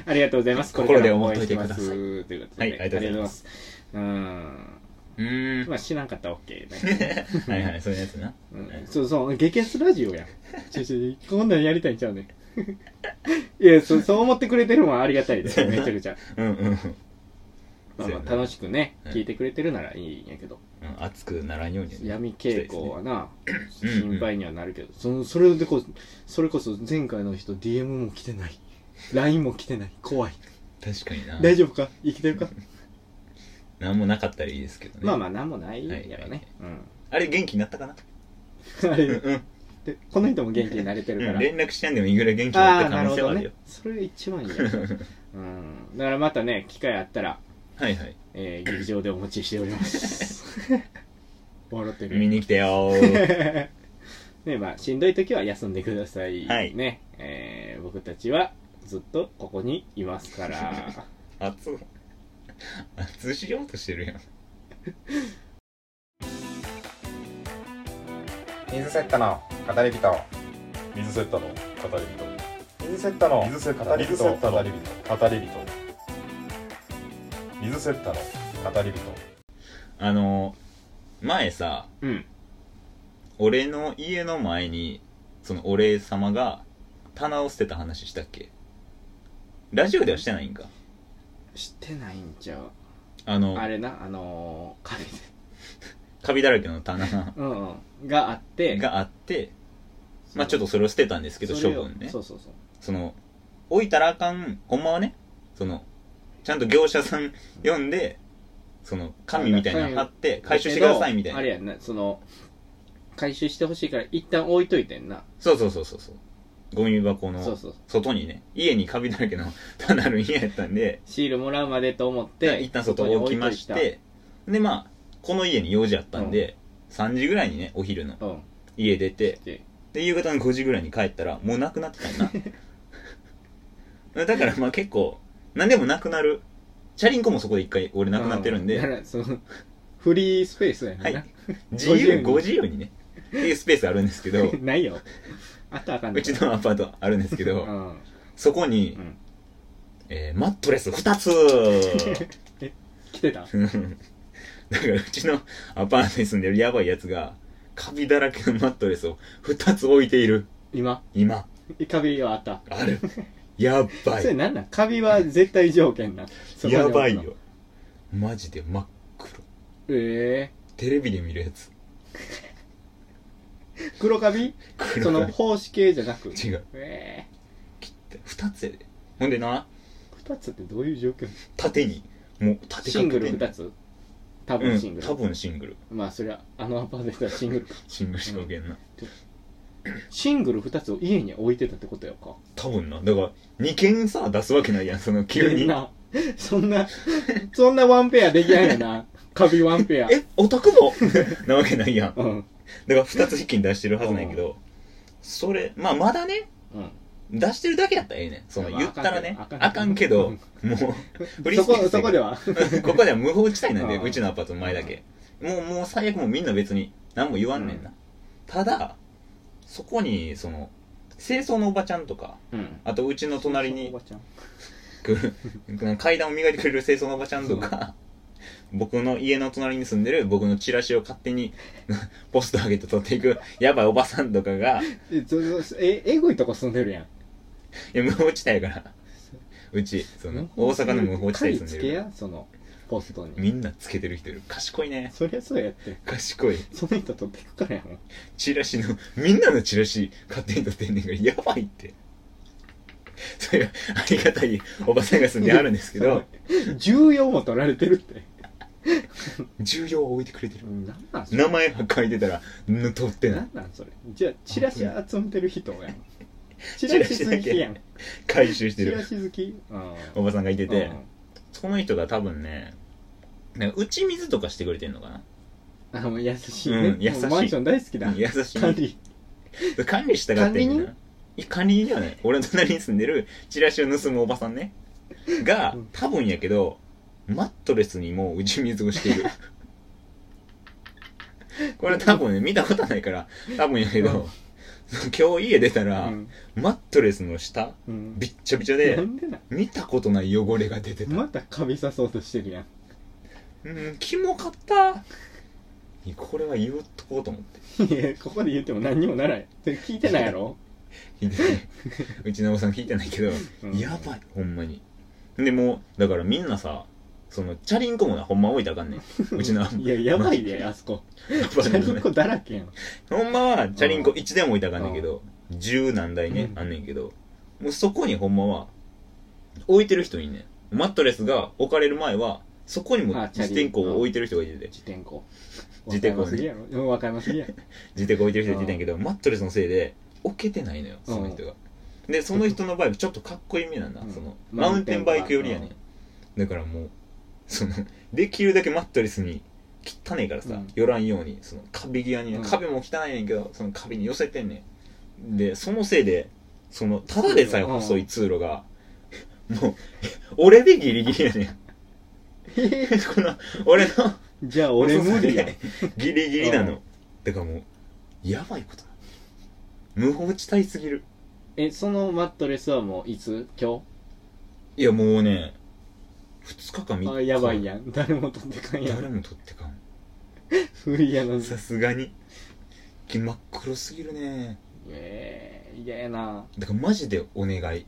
[SPEAKER 2] ありがとうございますこれからも応援してます
[SPEAKER 1] 心
[SPEAKER 2] ということで、
[SPEAKER 1] はいありがとうございます
[SPEAKER 2] ありがとうございます
[SPEAKER 1] う
[SPEAKER 2] うーん
[SPEAKER 1] ーん。
[SPEAKER 2] まあ知らんかったら OK ね
[SPEAKER 1] はいはい、そういうやつな。
[SPEAKER 2] うんそうそう、激安ラジオやん。ちょちょ、こんなんやりたいん ちゃうねん。いやそ、そう思ってくれてるもんありがたいです。めちゃくちゃ。
[SPEAKER 1] うんうんうん。
[SPEAKER 2] まあまあ
[SPEAKER 1] そうやな
[SPEAKER 2] 楽しくね、
[SPEAKER 1] うん
[SPEAKER 2] 聞いてくれてるならいいんやけど、
[SPEAKER 1] うん熱くならんようにね。
[SPEAKER 2] 闇傾向はな、
[SPEAKER 1] ねうんうん
[SPEAKER 2] 心配にはなるけど、そのそれでこそれこそ前回の人 DM も来て ない。LINE も来てない。怖い。
[SPEAKER 1] 確かにな。
[SPEAKER 2] 大丈夫か生きてるか、
[SPEAKER 1] なんもなかったらいいですけどね。
[SPEAKER 2] まあま
[SPEAKER 1] あ。
[SPEAKER 2] あ、なんもないやろね。
[SPEAKER 1] あれ元気になったかな
[SPEAKER 2] うん。あ
[SPEAKER 1] う ん
[SPEAKER 2] れ、
[SPEAKER 1] うん。
[SPEAKER 2] でこの人も元気になれてるか
[SPEAKER 1] うん
[SPEAKER 2] ら。
[SPEAKER 1] 連絡しないでもいいぐらい元気に
[SPEAKER 2] あ
[SPEAKER 1] なっ
[SPEAKER 2] あ、
[SPEAKER 1] た可
[SPEAKER 2] なる
[SPEAKER 1] 能
[SPEAKER 2] ほ
[SPEAKER 1] 性はあ
[SPEAKER 2] ど
[SPEAKER 1] るよ
[SPEAKER 2] ね。。それが 一番いいや。うん。だからまたね、機会あったら、
[SPEAKER 1] はいはい。
[SPEAKER 2] えー劇場でお待ちしております。 笑って
[SPEAKER 1] 見
[SPEAKER 2] る。
[SPEAKER 1] に来てよ ー。
[SPEAKER 2] ね、まあ、しんどい時は休んでください。
[SPEAKER 1] はい
[SPEAKER 2] ね、えー僕たちはずっとここにいま すから。
[SPEAKER 1] 熱。熱しようとしてるやん。
[SPEAKER 3] 水セットの語り人
[SPEAKER 4] 水セッタの語り
[SPEAKER 3] 水セットの
[SPEAKER 4] 人水セッタの語り人語り人語り人水セッタの語り人
[SPEAKER 1] あの、前さ、
[SPEAKER 2] うん。
[SPEAKER 1] 俺の家の前にそのお礼様が棚を捨てた話したっけラジオではしてないんか
[SPEAKER 2] してないんちゃう。
[SPEAKER 1] あの
[SPEAKER 2] あれな、あのー、壁で。
[SPEAKER 1] カビだらけの棚
[SPEAKER 2] うんうん。があって、
[SPEAKER 1] があってまあちょっ
[SPEAKER 2] と、
[SPEAKER 1] とそれを捨てたんですけど
[SPEAKER 2] そ
[SPEAKER 1] 処
[SPEAKER 2] れを
[SPEAKER 1] 分ね
[SPEAKER 2] そ
[SPEAKER 1] そう
[SPEAKER 2] そうそう。
[SPEAKER 1] の置いたらあかんほんまはねそのちゃんと業者さん読んでその紙みたいなの貼って回収してくださいみたい
[SPEAKER 2] あれ
[SPEAKER 1] な
[SPEAKER 2] やんな、その、回収してほしいから一旦置いといてんな。
[SPEAKER 1] そうそうそうそうそうゴミ箱
[SPEAKER 2] そう
[SPEAKER 1] の
[SPEAKER 2] そう。
[SPEAKER 1] 外にね家にカビだらけの 棚ある家やったんで
[SPEAKER 2] シールもらうまでと思って、
[SPEAKER 1] で一旦外を置きまし
[SPEAKER 2] ここに置いとい
[SPEAKER 1] てでまあこの家に用事あったんで、 3時ぐらいにねお昼の
[SPEAKER 2] うん
[SPEAKER 1] 家出て
[SPEAKER 2] で
[SPEAKER 1] で夕方の5時ぐらいに帰ったらもうなくなってたんな だからまあ結構何でもなくなるチャリンコもそこで一回俺なくなってるんで、
[SPEAKER 2] だからそのフリースペースやねん
[SPEAKER 1] は、
[SPEAKER 2] ない
[SPEAKER 1] 自由ご
[SPEAKER 2] ご
[SPEAKER 1] 自由にねっていうスペースあるんですけ ど
[SPEAKER 2] ないよあったらあかんね
[SPEAKER 1] うちのアパートあるんですけ
[SPEAKER 2] う
[SPEAKER 1] ど、
[SPEAKER 2] ん
[SPEAKER 1] そこに、
[SPEAKER 2] うん
[SPEAKER 1] えーマットレス2つ
[SPEAKER 2] 来てた
[SPEAKER 1] うんだからうちのアパートに住んでるやばいやつがカビだらけのマットレスを2つ置いている
[SPEAKER 2] 今
[SPEAKER 1] 今
[SPEAKER 2] カビはあった
[SPEAKER 1] あるやばい
[SPEAKER 2] それなんなんカビは絶対条件なんそこに置
[SPEAKER 1] や
[SPEAKER 2] くの
[SPEAKER 1] ばいよマジで真っ黒
[SPEAKER 2] え
[SPEAKER 1] テレビで見るやつ
[SPEAKER 2] え黒カビ
[SPEAKER 1] 黒
[SPEAKER 2] そ
[SPEAKER 1] が
[SPEAKER 2] の胞子系じゃなく
[SPEAKER 1] 違う
[SPEAKER 2] え
[SPEAKER 1] 2つやでほんでな
[SPEAKER 2] え2つってどういう状況
[SPEAKER 1] 縦にもう縦
[SPEAKER 2] シングル2
[SPEAKER 1] つ
[SPEAKER 2] つ多
[SPEAKER 1] う
[SPEAKER 2] 分シン
[SPEAKER 1] ん
[SPEAKER 2] グル、
[SPEAKER 1] 多分シングル
[SPEAKER 2] まあそりゃあのアパートやったらシングルか
[SPEAKER 1] シングルしか置けんな
[SPEAKER 2] シングル2つを家に置いてたってことやか
[SPEAKER 1] 多分なだから2件さ出すわけないやんその急に
[SPEAKER 2] なそんなそんなワンペアできないよなカビワンペア
[SPEAKER 1] えお宅も なわけないやん
[SPEAKER 2] うんうん
[SPEAKER 1] だから2つ一気に出してるはずなんやけど、それ、まあまだね、出してるだけやったらええねん。その、
[SPEAKER 2] まあ
[SPEAKER 1] 言ったらね、
[SPEAKER 2] あ
[SPEAKER 1] あ
[SPEAKER 2] か
[SPEAKER 1] か
[SPEAKER 2] ん
[SPEAKER 1] ん
[SPEAKER 2] けど
[SPEAKER 1] けど、もう、 フリー
[SPEAKER 2] そ
[SPEAKER 1] スペー
[SPEAKER 2] こ
[SPEAKER 1] ス
[SPEAKER 2] そこでは
[SPEAKER 1] ここでは無法地帯なんで、
[SPEAKER 2] うん
[SPEAKER 1] うちのアパートの前だけ。もう、もう最悪もうみんな別に何も言わんねんな。ただ、そこに、その、清掃のおばちゃんとか、
[SPEAKER 2] うん
[SPEAKER 1] あとうちの隣に
[SPEAKER 2] おばちゃん
[SPEAKER 1] 来る、階段を磨いてく れる清掃のおばちゃんとか、僕の家の隣に住んでる僕のチラシを勝手に ポスト上げて取っていくやばいおばさんとかが、
[SPEAKER 2] えそそええぐいとこ住んでるやん
[SPEAKER 1] いや、無法地帯やから。うち、その、大阪の無法地帯住ん
[SPEAKER 2] つ
[SPEAKER 1] で
[SPEAKER 2] け
[SPEAKER 1] るか
[SPEAKER 2] やそのポスト
[SPEAKER 1] ら。
[SPEAKER 2] に
[SPEAKER 1] みんなつけてる人いる。賢いね。
[SPEAKER 2] そりゃそうやって
[SPEAKER 1] 賢い。
[SPEAKER 2] その人取ってくからやもん
[SPEAKER 1] チラシの、みんなのチラシ勝手に取ってんねんから、やばいって。そういう、ありがたいおばさんが住んであるんですけど、
[SPEAKER 2] 重要も取られてるって
[SPEAKER 1] 重要を置いてくれてる。
[SPEAKER 2] なんなんそれ
[SPEAKER 1] 名前は書いてたら、ん取ってな。
[SPEAKER 2] ないんなんそれじゃあチラシ集めてる人 やんチラシ好きやん
[SPEAKER 1] 回収して
[SPEAKER 2] チラ
[SPEAKER 1] る
[SPEAKER 2] シ好きうん
[SPEAKER 1] おばさんがいてて
[SPEAKER 2] う、ん
[SPEAKER 1] その人が多分ね、なんか打ち水とかしてくれてんのかな。
[SPEAKER 2] あもう優しいね、
[SPEAKER 1] うん優しい
[SPEAKER 2] もうマンション大好きだ
[SPEAKER 1] うん優しい
[SPEAKER 2] 管理
[SPEAKER 1] 管理したがってんねん
[SPEAKER 2] 管
[SPEAKER 1] な。いや管理人ではない。俺の隣に住んでるチラシを盗むおばさんね。が
[SPEAKER 2] うん、
[SPEAKER 1] 多分やけど、マットレスにもう打ち水を している。これ多分ね、見たことないから、多分やけど、今日家出た
[SPEAKER 2] う
[SPEAKER 1] ら、
[SPEAKER 2] ん、
[SPEAKER 1] マットレスの下、
[SPEAKER 2] うん、
[SPEAKER 1] びっちゃびちゃ
[SPEAKER 2] な
[SPEAKER 1] で、
[SPEAKER 2] んでな
[SPEAKER 1] 見たことない汚れが出てた。
[SPEAKER 2] またカビさそうとしてるやん
[SPEAKER 1] うん、キモかった。これは言うとこうと思って。
[SPEAKER 2] いやここで言っても何にもならないそれ聞いてないやろ、
[SPEAKER 1] 聞いてな いうちのおばさん聞いてないけど、
[SPEAKER 2] うん
[SPEAKER 1] やばいほんまにでもうだからみんなさそのチャリンコもなほんま置いたらあかん ねん うちの
[SPEAKER 2] いややばいであそこ
[SPEAKER 1] や
[SPEAKER 2] チ
[SPEAKER 1] ばい
[SPEAKER 2] ャリンコだらけやん
[SPEAKER 1] ほんまはチャリンコ1でも置いたらあかんねんけど十何台ね
[SPEAKER 2] うん
[SPEAKER 1] あんねんけどもうそこにほんまは置いてる人いんねんマットレスが置かれる前はそこにも
[SPEAKER 2] あチャリ
[SPEAKER 1] 自転校を置いてる人がいてて
[SPEAKER 2] 自転校
[SPEAKER 1] 自転校
[SPEAKER 2] 若山すぎやろうん若山すぎや
[SPEAKER 1] 自転校置いてる人がいてたんやけどマットレスのせいで置けてないのよその人がでその人の場合はちょっとかっこいい目なんだ
[SPEAKER 2] うん
[SPEAKER 1] その
[SPEAKER 2] マ
[SPEAKER 1] マ
[SPEAKER 2] ウ
[SPEAKER 1] ウ
[SPEAKER 2] ン
[SPEAKER 1] ン
[SPEAKER 2] テ
[SPEAKER 1] テ
[SPEAKER 2] ン
[SPEAKER 1] ン
[SPEAKER 2] バ
[SPEAKER 1] バ
[SPEAKER 2] イ
[SPEAKER 1] イ
[SPEAKER 2] ク
[SPEAKER 1] ク
[SPEAKER 2] よ
[SPEAKER 1] よ
[SPEAKER 2] り
[SPEAKER 1] り
[SPEAKER 2] や
[SPEAKER 1] や
[SPEAKER 2] ね
[SPEAKER 1] ねだからもうその できるだけマットレスに汚いからさ、
[SPEAKER 2] うん
[SPEAKER 1] 寄らんようにその壁際にね
[SPEAKER 2] うん
[SPEAKER 1] 壁も汚いねんけどその壁に寄せてんねんでそのせいでそのただでさえ細い通路が、 もう 俺でギリギリやねん この俺の
[SPEAKER 2] んじゃあ俺無理やん
[SPEAKER 1] ギリギリな
[SPEAKER 2] う
[SPEAKER 1] のだからもうやばいことだ無法地帯すぎる
[SPEAKER 2] えそのマットレスはもういつ今
[SPEAKER 1] いやもうね2日か3
[SPEAKER 2] 日
[SPEAKER 1] 日
[SPEAKER 2] あやばいやん誰も取ってかんや
[SPEAKER 1] 誰
[SPEAKER 2] ん
[SPEAKER 1] も取ってかん
[SPEAKER 2] 無理やのに
[SPEAKER 1] さすがにき真っ黒すぎるね
[SPEAKER 2] ええ嫌やな
[SPEAKER 1] だからマジでお願 い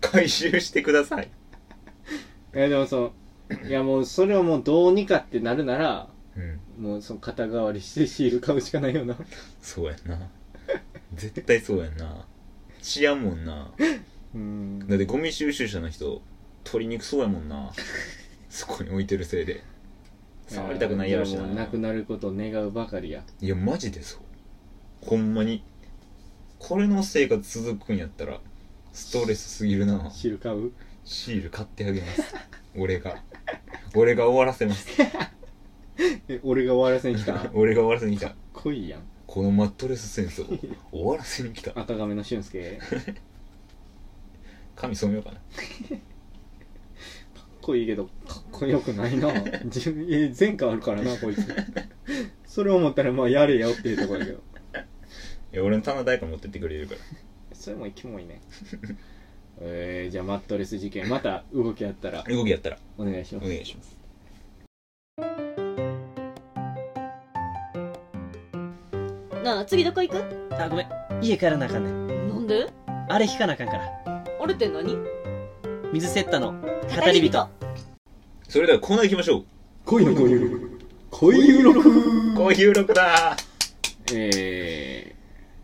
[SPEAKER 1] 回収してください
[SPEAKER 2] いやでもそのいやもうそれをもうどうにかってなるなら
[SPEAKER 1] うん
[SPEAKER 2] もうその肩代わりしてシール買うしかないよな
[SPEAKER 1] そうやんな絶対そうやんな治安もんな
[SPEAKER 2] うん
[SPEAKER 1] だってゴミ収集車の人取りにくそうやもんなそこに置いてるせいで触りたくないやろしな
[SPEAKER 2] じゃあもうなくなることを願うばかりや
[SPEAKER 1] いやマジでそうほんまにこれの生活続くんやったらストレスすぎるな
[SPEAKER 2] シール買う
[SPEAKER 1] シール買ってあげます俺が俺が終わらせます
[SPEAKER 2] ええ俺が終わらせに来たかっ
[SPEAKER 1] 俺が終わらせに来た
[SPEAKER 2] こいいやん
[SPEAKER 1] このマットレス戦争終わらせに来た
[SPEAKER 2] 赤亀の俊介かっ
[SPEAKER 1] 髪染めようかな
[SPEAKER 2] こいいけどかっこよくないな自分え前科あるからなこいつそれ思ったらまあやれよっていうところだけど
[SPEAKER 1] いや俺の棚誰か持ってってくれるから
[SPEAKER 2] それもキモいねえー、じゃあマットレス事件また動きあったら
[SPEAKER 1] 動きやったら
[SPEAKER 2] お願いしま
[SPEAKER 1] お
[SPEAKER 2] す
[SPEAKER 1] 願いします
[SPEAKER 5] なあ次どこ行く
[SPEAKER 6] あごめん家帰らなあかんねん
[SPEAKER 5] なんで
[SPEAKER 6] あれ引かなあかんから
[SPEAKER 5] あれって何
[SPEAKER 6] 水セッタの語り人
[SPEAKER 1] それではコーナー行きましょう
[SPEAKER 2] 恋の恋録恋録
[SPEAKER 1] こういう録だ
[SPEAKER 2] え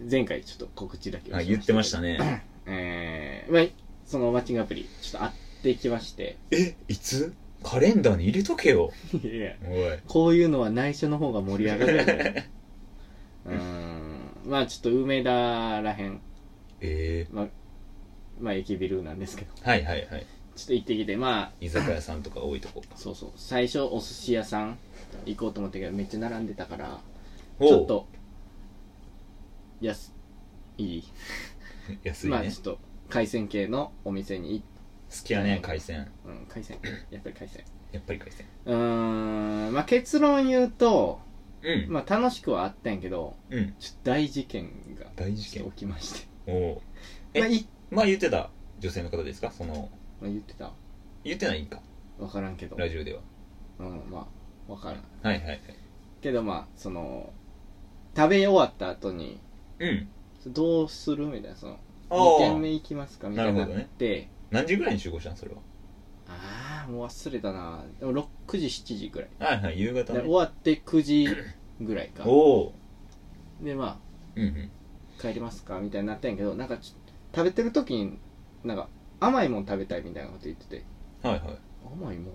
[SPEAKER 2] ー、前回ちょっと告知だけを
[SPEAKER 1] あ言ってましたね
[SPEAKER 2] えー、まあそのマッチングアプリちょっと会ってきまして
[SPEAKER 1] えいつカレンダーに入れとけよ
[SPEAKER 2] いやいや
[SPEAKER 1] おい
[SPEAKER 2] こういうのは内緒の方が盛り上がるや ねうーんまあちょっと梅田らへん
[SPEAKER 1] え
[SPEAKER 2] まあ駅ビルなんですけど
[SPEAKER 1] ー、はいはいはい
[SPEAKER 2] ちょっと行ってきてまあ
[SPEAKER 1] 居酒屋さんとか多いとこか
[SPEAKER 2] そうそう最初お寿司屋さん行こうと思ったけどめっちゃ並んでたから ち
[SPEAKER 1] お
[SPEAKER 2] ょっ
[SPEAKER 1] う
[SPEAKER 2] と安い
[SPEAKER 1] 安い
[SPEAKER 2] まあ
[SPEAKER 1] ね
[SPEAKER 2] ちょっと海鮮系のお店に行っ
[SPEAKER 1] 好きやね海鮮
[SPEAKER 2] うん海鮮やっぱり海鮮
[SPEAKER 1] やっぱり海鮮
[SPEAKER 2] うーんまあ結論言うと
[SPEAKER 1] うん
[SPEAKER 2] まあ楽しくはあったんやけど
[SPEAKER 1] うん
[SPEAKER 2] ちょっと大事件が
[SPEAKER 1] 大事
[SPEAKER 2] ちょ
[SPEAKER 1] 件
[SPEAKER 2] っと起きまして
[SPEAKER 1] おうえ
[SPEAKER 2] まあい
[SPEAKER 1] まあ言ってた女性の方ですかその
[SPEAKER 2] まあ言ってた
[SPEAKER 1] 言ってないんか
[SPEAKER 2] 分からんけど
[SPEAKER 1] ラジオでは
[SPEAKER 2] うんまあ分からん
[SPEAKER 1] はいはいはい
[SPEAKER 2] けどまあその食べ終わった後に
[SPEAKER 1] うん
[SPEAKER 2] どうするみたいなその
[SPEAKER 1] あ
[SPEAKER 2] 2軒目
[SPEAKER 1] あ
[SPEAKER 2] 行きますかみたいにな
[SPEAKER 1] なるほ
[SPEAKER 2] っ
[SPEAKER 1] どね
[SPEAKER 2] て
[SPEAKER 1] 何時ぐらいに集合したんそれは
[SPEAKER 2] ああもう忘れたなでも6時7時ぐらい
[SPEAKER 1] はいはい夕方
[SPEAKER 2] で
[SPEAKER 1] ね
[SPEAKER 2] 終わって9時ぐらいか
[SPEAKER 1] おお
[SPEAKER 2] でま
[SPEAKER 1] ううんうん
[SPEAKER 2] あ帰りますかみたいになったんやけどなんかちょ食べてる時になんか甘いもん食べたいみたいなこと言ってて
[SPEAKER 1] はいはい
[SPEAKER 2] 甘いもん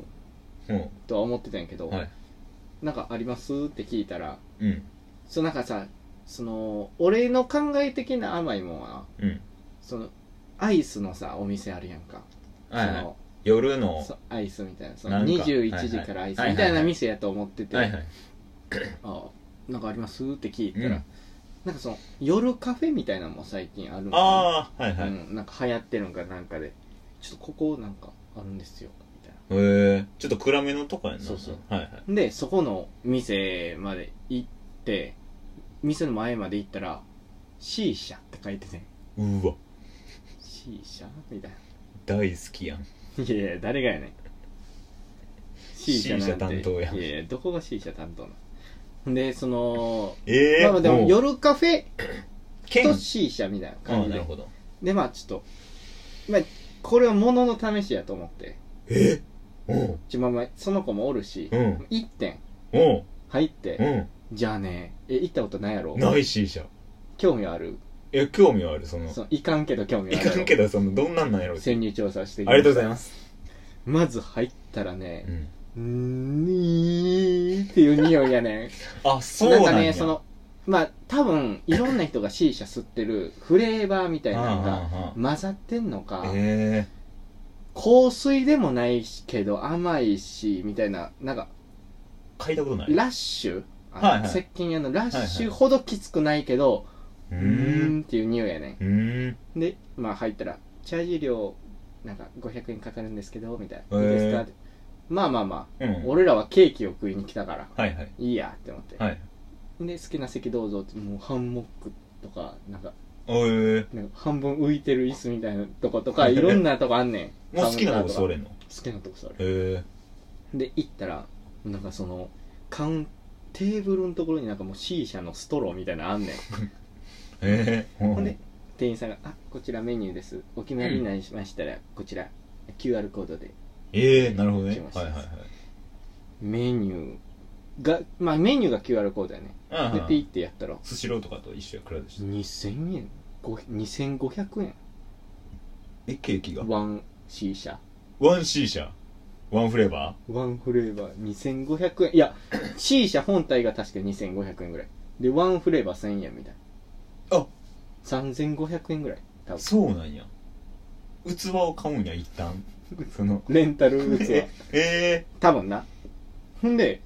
[SPEAKER 1] うん
[SPEAKER 2] とは思ってたんやけど、
[SPEAKER 1] はい
[SPEAKER 2] なんかありますって聞いたら
[SPEAKER 1] うん
[SPEAKER 2] そのなんかさその俺の考え的な甘いもんはな
[SPEAKER 1] うん
[SPEAKER 2] そのアイスのさお店あるやんか、
[SPEAKER 1] はい
[SPEAKER 2] そ
[SPEAKER 1] はい
[SPEAKER 2] の
[SPEAKER 1] 夜の
[SPEAKER 2] そアイスみたいなそ
[SPEAKER 1] な
[SPEAKER 2] の
[SPEAKER 1] んか
[SPEAKER 2] 21時からアイスみたいな店やと思ってて、
[SPEAKER 1] はいはい
[SPEAKER 2] あなんかありますって聞いたら、
[SPEAKER 1] うん
[SPEAKER 2] なんかその夜カフェみたいなのも最近あるんで
[SPEAKER 1] ああはいは
[SPEAKER 2] う
[SPEAKER 1] い
[SPEAKER 2] ん、なんか流行ってるんかなんかでちょっとここなんかあるんですよみたい
[SPEAKER 1] へえちょっと暗めのとこやんな
[SPEAKER 2] そうそう
[SPEAKER 1] はいはい
[SPEAKER 2] なでそこの店まで行って店の前まで行ったら C 社って書いてね
[SPEAKER 1] うわ
[SPEAKER 2] C 社みたい
[SPEAKER 1] 大好きやん
[SPEAKER 2] ないやいや誰がやねん C 社なんて
[SPEAKER 1] C 社担当やん
[SPEAKER 2] いやいやどこが C 社担当なのでその、
[SPEAKER 1] ええ
[SPEAKER 2] まあまあでも
[SPEAKER 1] もう
[SPEAKER 2] 夜カフェ
[SPEAKER 1] 剣
[SPEAKER 2] と C 社みたいな
[SPEAKER 1] あ
[SPEAKER 2] 感
[SPEAKER 1] あ
[SPEAKER 2] じ
[SPEAKER 1] な
[SPEAKER 2] で
[SPEAKER 1] るほど
[SPEAKER 2] でまあちょっと、まあ、これはものの試しやと思って
[SPEAKER 1] えおう
[SPEAKER 2] ちょまあまあその子もおるし、
[SPEAKER 1] うん
[SPEAKER 2] 一点
[SPEAKER 1] おう
[SPEAKER 2] 入って、
[SPEAKER 1] うん
[SPEAKER 2] じゃあねえ行ったことないやろ
[SPEAKER 1] ないしじゃん
[SPEAKER 2] 興味はある
[SPEAKER 1] いや興味はあるその
[SPEAKER 2] そのいかんけど興味
[SPEAKER 1] い
[SPEAKER 2] はある
[SPEAKER 1] かんけどそのどんなんなんやろって
[SPEAKER 2] 潜入調査してき
[SPEAKER 1] ありがとうございます
[SPEAKER 2] まず入ったらね
[SPEAKER 1] うん
[SPEAKER 2] 「んー」っていう匂いやね
[SPEAKER 1] あそう
[SPEAKER 2] な
[SPEAKER 1] なんん
[SPEAKER 2] か
[SPEAKER 1] や
[SPEAKER 2] ねそのまあ多分いろんな人が C 社吸ってるフレーバーみたいなのが
[SPEAKER 1] あ
[SPEAKER 2] 混ざってんのか
[SPEAKER 1] あああえ
[SPEAKER 2] 香水でもないけど甘いしみたいななんか
[SPEAKER 1] え嗅いだことない
[SPEAKER 2] ラッシュあの
[SPEAKER 1] はいはい
[SPEAKER 2] 接近用のラッシュほどきつくないけど、
[SPEAKER 1] うー
[SPEAKER 2] うーん
[SPEAKER 1] ん
[SPEAKER 2] っていう匂いやね
[SPEAKER 1] うーん
[SPEAKER 2] でまあ入ったら「チャージ料なんか500円かかるんですけど」みたい
[SPEAKER 1] へ
[SPEAKER 2] な「い
[SPEAKER 1] ー
[SPEAKER 2] いですか?」ってまあまあまあ、
[SPEAKER 1] うん
[SPEAKER 2] 俺らはケーキを食いに来たから
[SPEAKER 1] はいはい
[SPEAKER 2] いいやって思って、
[SPEAKER 1] はい
[SPEAKER 2] で好きな席どうぞってもうハンモックとかなんか
[SPEAKER 1] おえ
[SPEAKER 2] なんか半分浮いてる椅子みたいなとことかいろんなとこあんね ん
[SPEAKER 1] もう好きなの
[SPEAKER 2] カウンターとか
[SPEAKER 1] 座れんの
[SPEAKER 2] 好きなとこ座る
[SPEAKER 1] へえ
[SPEAKER 2] で行ったらなんかそのカウンテーブルのところになんかもう C 社のストローみたいなのあんねん
[SPEAKER 1] ええ
[SPEAKER 2] ほ
[SPEAKER 1] ほ
[SPEAKER 2] んで店員さんが「あこちらメニューですお決まりになりましたら、こちら QR コードで
[SPEAKER 1] ええなるほどね
[SPEAKER 2] 行きまし
[SPEAKER 1] は
[SPEAKER 2] た
[SPEAKER 1] いはいはい
[SPEAKER 2] メニューがまあメニューが QR コードやね
[SPEAKER 1] あ
[SPEAKER 2] でピーってやったら
[SPEAKER 1] スシローとかと一緒やくらでした
[SPEAKER 2] 2000円ご2500円
[SPEAKER 1] えケーキが
[SPEAKER 2] ワン C 社
[SPEAKER 1] ワン C 社ワンフレーバ
[SPEAKER 2] ワンフレーバー2500円いや C 社本体が確か2500円ぐらいでワンフレーバー1000円みたいな
[SPEAKER 1] あ
[SPEAKER 2] 3500円ぐらい多
[SPEAKER 1] ー
[SPEAKER 2] 分
[SPEAKER 1] そうなんや器を買うんや一旦その
[SPEAKER 2] レンタル器
[SPEAKER 1] ええ
[SPEAKER 2] 多分なほんで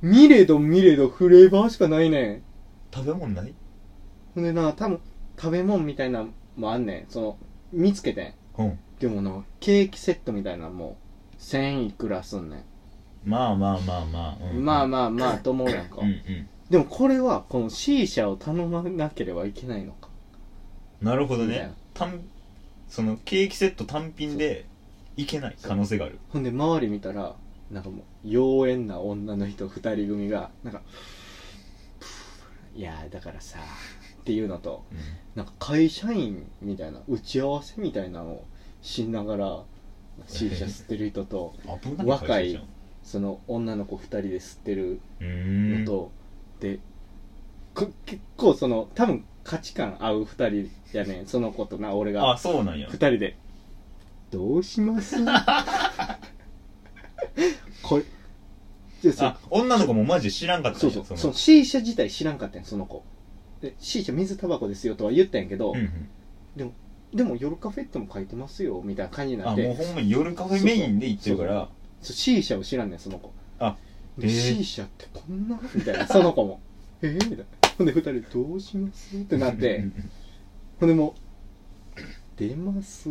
[SPEAKER 2] 見れど見れどフレーバーしかないね
[SPEAKER 1] 食べ物ない
[SPEAKER 2] んほんでな多分食べ物みたいなのもあんねんその見つけてん
[SPEAKER 1] うん
[SPEAKER 2] でもなケーキセットみたいなのも1000いくらすんね
[SPEAKER 1] まあまあまあまあ、
[SPEAKER 2] ん、ま
[SPEAKER 1] ま
[SPEAKER 2] あまあまあと思うやんか、
[SPEAKER 1] うんうん
[SPEAKER 2] でもこれはこの C 社を頼まなければいけないのか
[SPEAKER 1] なるほど
[SPEAKER 2] みたいな
[SPEAKER 1] ね単そのケーキセット単品でいけない可能性がある
[SPEAKER 2] ほんで周り見たらなんかもう妖艶な女の人2人組がなんか「いやーだからさ」っていうのと
[SPEAKER 1] うん
[SPEAKER 2] なんか会社員みたいな打ち合わせみたいなのをしながら C 社吸ってる人と
[SPEAKER 1] 危ない
[SPEAKER 2] 若い
[SPEAKER 1] 会社じゃん
[SPEAKER 2] その女の子2人で吸ってる
[SPEAKER 1] う
[SPEAKER 2] の
[SPEAKER 1] ーん
[SPEAKER 2] と、でこ結構その多分価値観合う2人やねんその子とな俺が
[SPEAKER 1] あそうなんや
[SPEAKER 2] 2人で「どうします これじゃあそ
[SPEAKER 1] あ女の子もマジ知らんかった
[SPEAKER 2] そ
[SPEAKER 1] ん
[SPEAKER 2] う
[SPEAKER 1] や
[SPEAKER 2] そうそ
[SPEAKER 1] その
[SPEAKER 2] の C 社自体知らんかったんやその子で C 社水タバコですよとは言ったんやけど、
[SPEAKER 1] うんうん
[SPEAKER 2] でも夜カフェっても書いてますよみたいな感じにな
[SPEAKER 1] あ
[SPEAKER 2] っ
[SPEAKER 1] もう
[SPEAKER 2] て
[SPEAKER 1] ほんまに夜カフェメインで行ってるから
[SPEAKER 2] そう C 社を知らんねんその子
[SPEAKER 1] あ
[SPEAKER 2] で
[SPEAKER 1] へえ
[SPEAKER 2] C 社ってこんなみたいなその子も 「ええみたいなほんで2人「どうします?」ってな
[SPEAKER 1] う
[SPEAKER 2] っ
[SPEAKER 1] んう
[SPEAKER 2] て
[SPEAKER 1] んうん
[SPEAKER 2] ほんでもう「出ます?」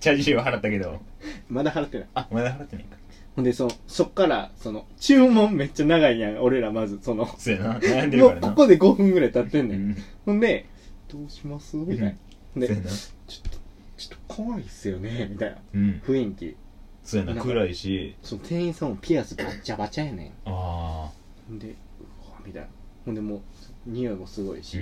[SPEAKER 1] チャージ料払ったけど
[SPEAKER 2] まだ払ってない
[SPEAKER 1] あまだ払ってないか
[SPEAKER 2] ほんで、その、そっから、その、注文めっちゃ長いやん、俺らまず、その、
[SPEAKER 1] そうや な悩んでる
[SPEAKER 2] も
[SPEAKER 1] か
[SPEAKER 2] う
[SPEAKER 1] らな
[SPEAKER 2] ここで5分ぐらい経ってん
[SPEAKER 1] う
[SPEAKER 2] ねん。
[SPEAKER 1] ん
[SPEAKER 2] ほんで、どうしますみたいな。
[SPEAKER 1] そうや
[SPEAKER 2] で、
[SPEAKER 1] な
[SPEAKER 2] ちょっと、ちょっと怖いっすよね、みたいな
[SPEAKER 1] うん
[SPEAKER 2] 雰囲気。
[SPEAKER 1] そうやな暗いし
[SPEAKER 2] その店員さんもピアスバッチャバチャやねん。
[SPEAKER 1] あ
[SPEAKER 2] ほんで、うわ、みたいな。ほんでもう、匂いもすごい
[SPEAKER 1] あう
[SPEAKER 2] し、
[SPEAKER 1] ん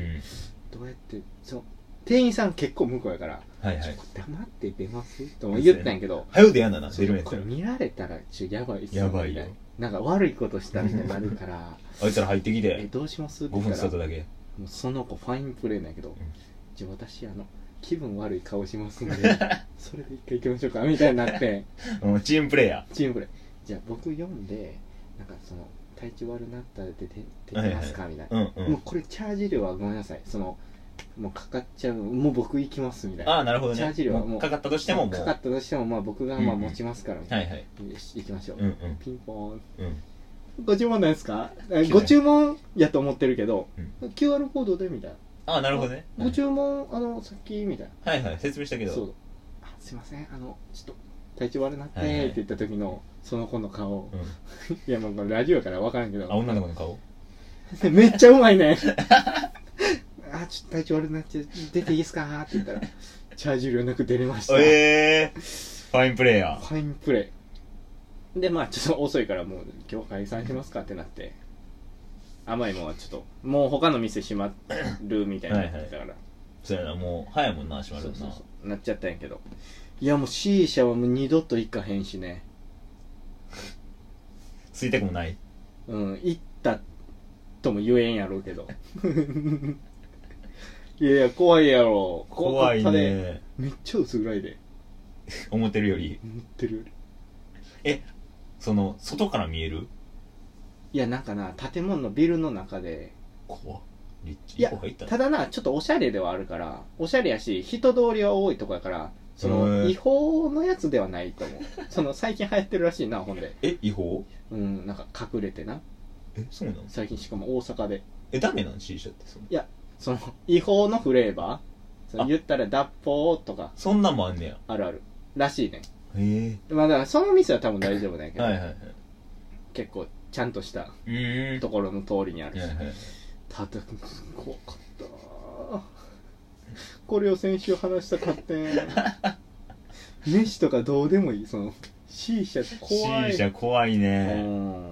[SPEAKER 2] どうやって、その、店員さん結構向こうやから、
[SPEAKER 1] はいは
[SPEAKER 2] ちょっ
[SPEAKER 1] い
[SPEAKER 2] と黙って出ますとも言ったんやけど、
[SPEAKER 1] はよでやんだな
[SPEAKER 2] そ
[SPEAKER 1] 出
[SPEAKER 2] う
[SPEAKER 1] るんやった
[SPEAKER 2] こ
[SPEAKER 1] ら
[SPEAKER 2] れ見られたら、ちょ、やばいっすね
[SPEAKER 1] やばいよ
[SPEAKER 2] みたななんか悪いことしたみたいになるから、
[SPEAKER 1] あ いつら入ってき
[SPEAKER 2] え
[SPEAKER 1] て
[SPEAKER 2] どうしますって
[SPEAKER 1] 5
[SPEAKER 2] 言った
[SPEAKER 1] 分経
[SPEAKER 2] ら
[SPEAKER 1] っただけ
[SPEAKER 2] もうその子ファインプレーなんやけど、じゃあ私あの気分悪い顔しますん でそれで一回行きましょうかみたいになって
[SPEAKER 1] うんチームプレイヤ
[SPEAKER 2] チームプレーじゃあ僕読んでなんかその体調悪なったら出て出てますかみたいな、
[SPEAKER 1] ーうんう
[SPEAKER 2] もうんこれチャージ料はごめんなさいそのもうかかっちゃうもう僕行きますみたいな
[SPEAKER 1] ああなるほどね
[SPEAKER 2] チャージ料はもう
[SPEAKER 1] かかったとしてももう
[SPEAKER 2] かかったとしてもまあ僕がまあ
[SPEAKER 1] うんうん
[SPEAKER 2] 持ちますからみたい
[SPEAKER 1] は
[SPEAKER 2] な、
[SPEAKER 1] いはい
[SPEAKER 2] よし行きましょう、
[SPEAKER 1] うんうん
[SPEAKER 2] ピンポーン
[SPEAKER 1] うん
[SPEAKER 2] ご注文なんですか
[SPEAKER 1] い
[SPEAKER 2] ご注文やと思ってるけど、QR コードでみたいな
[SPEAKER 1] ああなるほどね
[SPEAKER 2] ご注文、あの、さっき、みたい
[SPEAKER 1] はいはい説明したけ
[SPEAKER 2] な。そ
[SPEAKER 1] ど
[SPEAKER 2] う。あ、すいません、あの、ちょっと、体調悪なって
[SPEAKER 1] はいはい
[SPEAKER 2] ーって言った時の、その子の顔。
[SPEAKER 1] うん
[SPEAKER 2] いや、まあ、これラジオやから分からんけ
[SPEAKER 1] あ
[SPEAKER 2] ど。
[SPEAKER 1] 女の子の顔
[SPEAKER 2] めっちゃうま いね。あ、ちょっと体調悪くなっちゃう、出ていいですかーって言ったら、チャージ料なく出れました。
[SPEAKER 1] ええファインプレイヤー
[SPEAKER 2] ファインプレイ。で、まあ、ちょっと遅いから、もう、今日解散しますかってなって。甘いもんはちょっと、もう他の店閉まるみたいになってたから。
[SPEAKER 1] そうやなもう早いもんな閉ま
[SPEAKER 2] そ
[SPEAKER 1] るの
[SPEAKER 2] うそう
[SPEAKER 1] な
[SPEAKER 2] そうなっちゃったんやけどいやもう C 社はもう二度と行かへんしね
[SPEAKER 1] ついてくもない
[SPEAKER 2] うん行ったとも言えんやろう けどいやいや怖いやろ
[SPEAKER 1] 怖い
[SPEAKER 2] かったで
[SPEAKER 1] ね
[SPEAKER 2] めっちゃ薄暗いで
[SPEAKER 1] 思ってるより
[SPEAKER 2] 思ってるより
[SPEAKER 1] その外から見える
[SPEAKER 2] いやなんかな建物のビルの中で
[SPEAKER 1] 怖っ立地
[SPEAKER 2] いや
[SPEAKER 1] 一個入った
[SPEAKER 2] た
[SPEAKER 1] な
[SPEAKER 2] だなちょっとおしゃれではあるからおしゃれやし人通りは多いとこやからそ
[SPEAKER 1] へ
[SPEAKER 2] の
[SPEAKER 1] ー
[SPEAKER 2] 違法のやつではないと思うその最近流行ってるらしいなほんで
[SPEAKER 1] え違法
[SPEAKER 2] うんなんか隠れてな
[SPEAKER 1] えそうなの
[SPEAKER 2] 最近しかも大阪で
[SPEAKER 1] えダメなの C 社ってその
[SPEAKER 2] その違法のフレーバーその
[SPEAKER 1] あ
[SPEAKER 2] 言ったら脱法とか
[SPEAKER 1] そんなんもあんねや
[SPEAKER 2] あるあるらしいね
[SPEAKER 1] へ
[SPEAKER 2] まあだからその店は多分大丈夫なんや
[SPEAKER 1] え
[SPEAKER 2] けど、
[SPEAKER 1] はいはいはい
[SPEAKER 2] 結構ちゃんとした
[SPEAKER 1] うーん
[SPEAKER 2] ところの通りにある
[SPEAKER 1] はい
[SPEAKER 2] し
[SPEAKER 1] はい
[SPEAKER 2] ただ怖かったこれを先週話したかってん飯とかどうでもいいその C 社怖い
[SPEAKER 1] C 社怖いうね
[SPEAKER 2] ん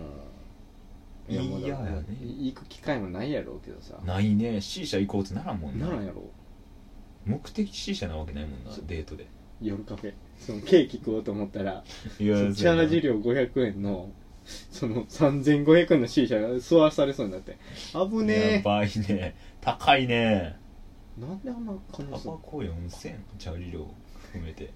[SPEAKER 2] いやもうだから
[SPEAKER 1] いやね
[SPEAKER 2] 行く機会もないやろうけどさ
[SPEAKER 1] ないね C 社行こうってならんもん
[SPEAKER 2] な
[SPEAKER 1] な
[SPEAKER 2] らんやろ
[SPEAKER 1] 目的 C 社なわけないもんな
[SPEAKER 2] そう
[SPEAKER 1] デートで
[SPEAKER 2] 夜カフェそのケーキ食おうと思ったら
[SPEAKER 1] いや
[SPEAKER 2] チャージ料500円のその3500円の C 社が吸わされそうになって危
[SPEAKER 1] や
[SPEAKER 2] ね
[SPEAKER 1] ばいね高いね
[SPEAKER 2] えなんであんな金
[SPEAKER 1] タバ
[SPEAKER 2] 持
[SPEAKER 1] コ4000チャージ料含めて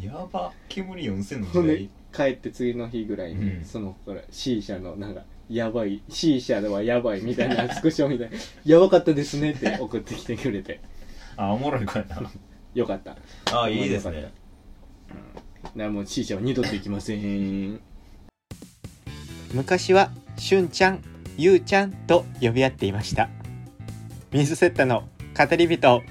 [SPEAKER 1] やば煙4000の
[SPEAKER 2] ほん
[SPEAKER 1] 時
[SPEAKER 2] で帰って次の日ぐらいに、
[SPEAKER 1] うん
[SPEAKER 2] その子から C 社のなんかやばい C 社ではやばいみたい なスクショみたいな「やばかったですね」って送ってきてくれて
[SPEAKER 1] 代あおもろい子や な
[SPEAKER 2] よかった
[SPEAKER 1] あいいですね
[SPEAKER 2] なもう C 社は二度と行きません
[SPEAKER 6] 昔は
[SPEAKER 2] しゅんちゃんゆうちゃんと呼び合っていました水セッタの語り人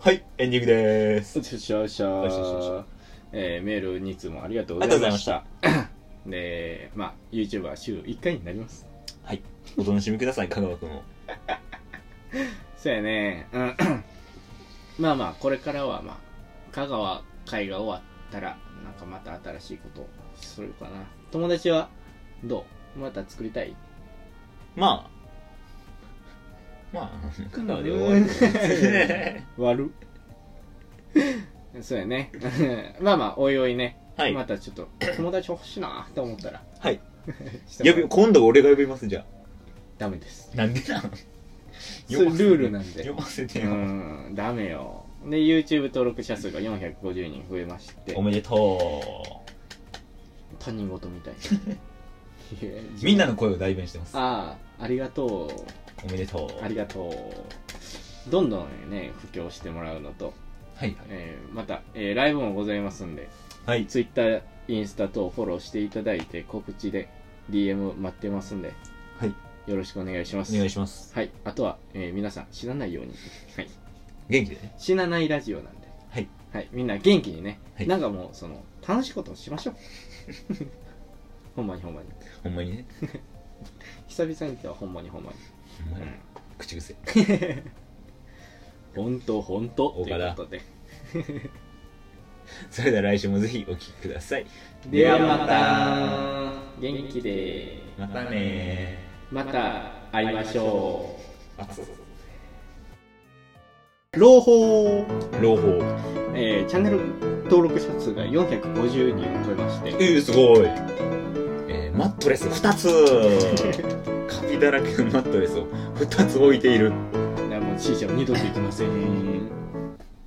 [SPEAKER 1] はい、エンディングでーす。
[SPEAKER 2] よしよしよしよ
[SPEAKER 1] よしよしよしよ
[SPEAKER 2] えーメール2通もありがとうございました
[SPEAKER 1] あ
[SPEAKER 2] でまあ YouTube は週1回になります
[SPEAKER 1] はい、お楽しみください、香川くんを。
[SPEAKER 2] そうやねうんまあまあこれからはまあ香川会が終わったらなんかまた新しいことをするかな友達はどうまた作りたい
[SPEAKER 1] まあ、ま あ、香川で終わる。
[SPEAKER 2] 割るそうやね まあまあおいおいね、
[SPEAKER 1] はい、
[SPEAKER 2] またちょっと友達欲しいなと思ったら
[SPEAKER 1] はい。
[SPEAKER 2] しても
[SPEAKER 1] 呼
[SPEAKER 2] ら
[SPEAKER 1] び、
[SPEAKER 2] う
[SPEAKER 1] 今度俺が呼びます、じゃ
[SPEAKER 2] ダメです
[SPEAKER 1] あ。なんでなん
[SPEAKER 2] それルールなんで
[SPEAKER 1] 読ませて
[SPEAKER 2] う
[SPEAKER 1] よ。
[SPEAKER 2] んダメよで YouTube 登録者数が450人増えまして
[SPEAKER 1] おめでと
[SPEAKER 2] 他人 事みたいいや
[SPEAKER 1] う。みんなの声を代弁してます。
[SPEAKER 2] ああありがとう
[SPEAKER 1] おめでとう。
[SPEAKER 2] ありがとうどんどんね布教してもらうのと、
[SPEAKER 1] はい。
[SPEAKER 2] えーまた、えーライブもございますんで
[SPEAKER 1] はい。
[SPEAKER 2] Twitter インスタ等フォローしていただいて告知で DM 待ってますんで
[SPEAKER 1] はい。
[SPEAKER 2] よろしくお願いします
[SPEAKER 1] お願いします。
[SPEAKER 2] はいあとは、えー皆さん死なないように、はい、
[SPEAKER 1] 元気でね。
[SPEAKER 2] 死なないラジオなんで
[SPEAKER 1] はい、
[SPEAKER 2] はい、みんな元気にね、
[SPEAKER 1] はい
[SPEAKER 2] なんかもうその楽しいことをしましょう ほんまにほんまに
[SPEAKER 1] ほんまにね。
[SPEAKER 2] 久々に来たわほんまにほんまに
[SPEAKER 1] ほんまに口癖。
[SPEAKER 2] 本当本当と
[SPEAKER 1] 岡
[SPEAKER 2] い
[SPEAKER 1] 田
[SPEAKER 2] うことで
[SPEAKER 1] それでは来週もぜひお聞きください。
[SPEAKER 2] ではまた元気で
[SPEAKER 1] またね
[SPEAKER 2] また会いましょ
[SPEAKER 1] ー。あ、そう
[SPEAKER 2] う朗報、
[SPEAKER 1] 朗報。
[SPEAKER 2] えーチャンネル登録者数が450人を超えまして
[SPEAKER 1] えー、すごい、えーマットレス2つ カビだらけのマットレスを2つ置いている
[SPEAKER 2] いやもう C ちゃん二度と行きません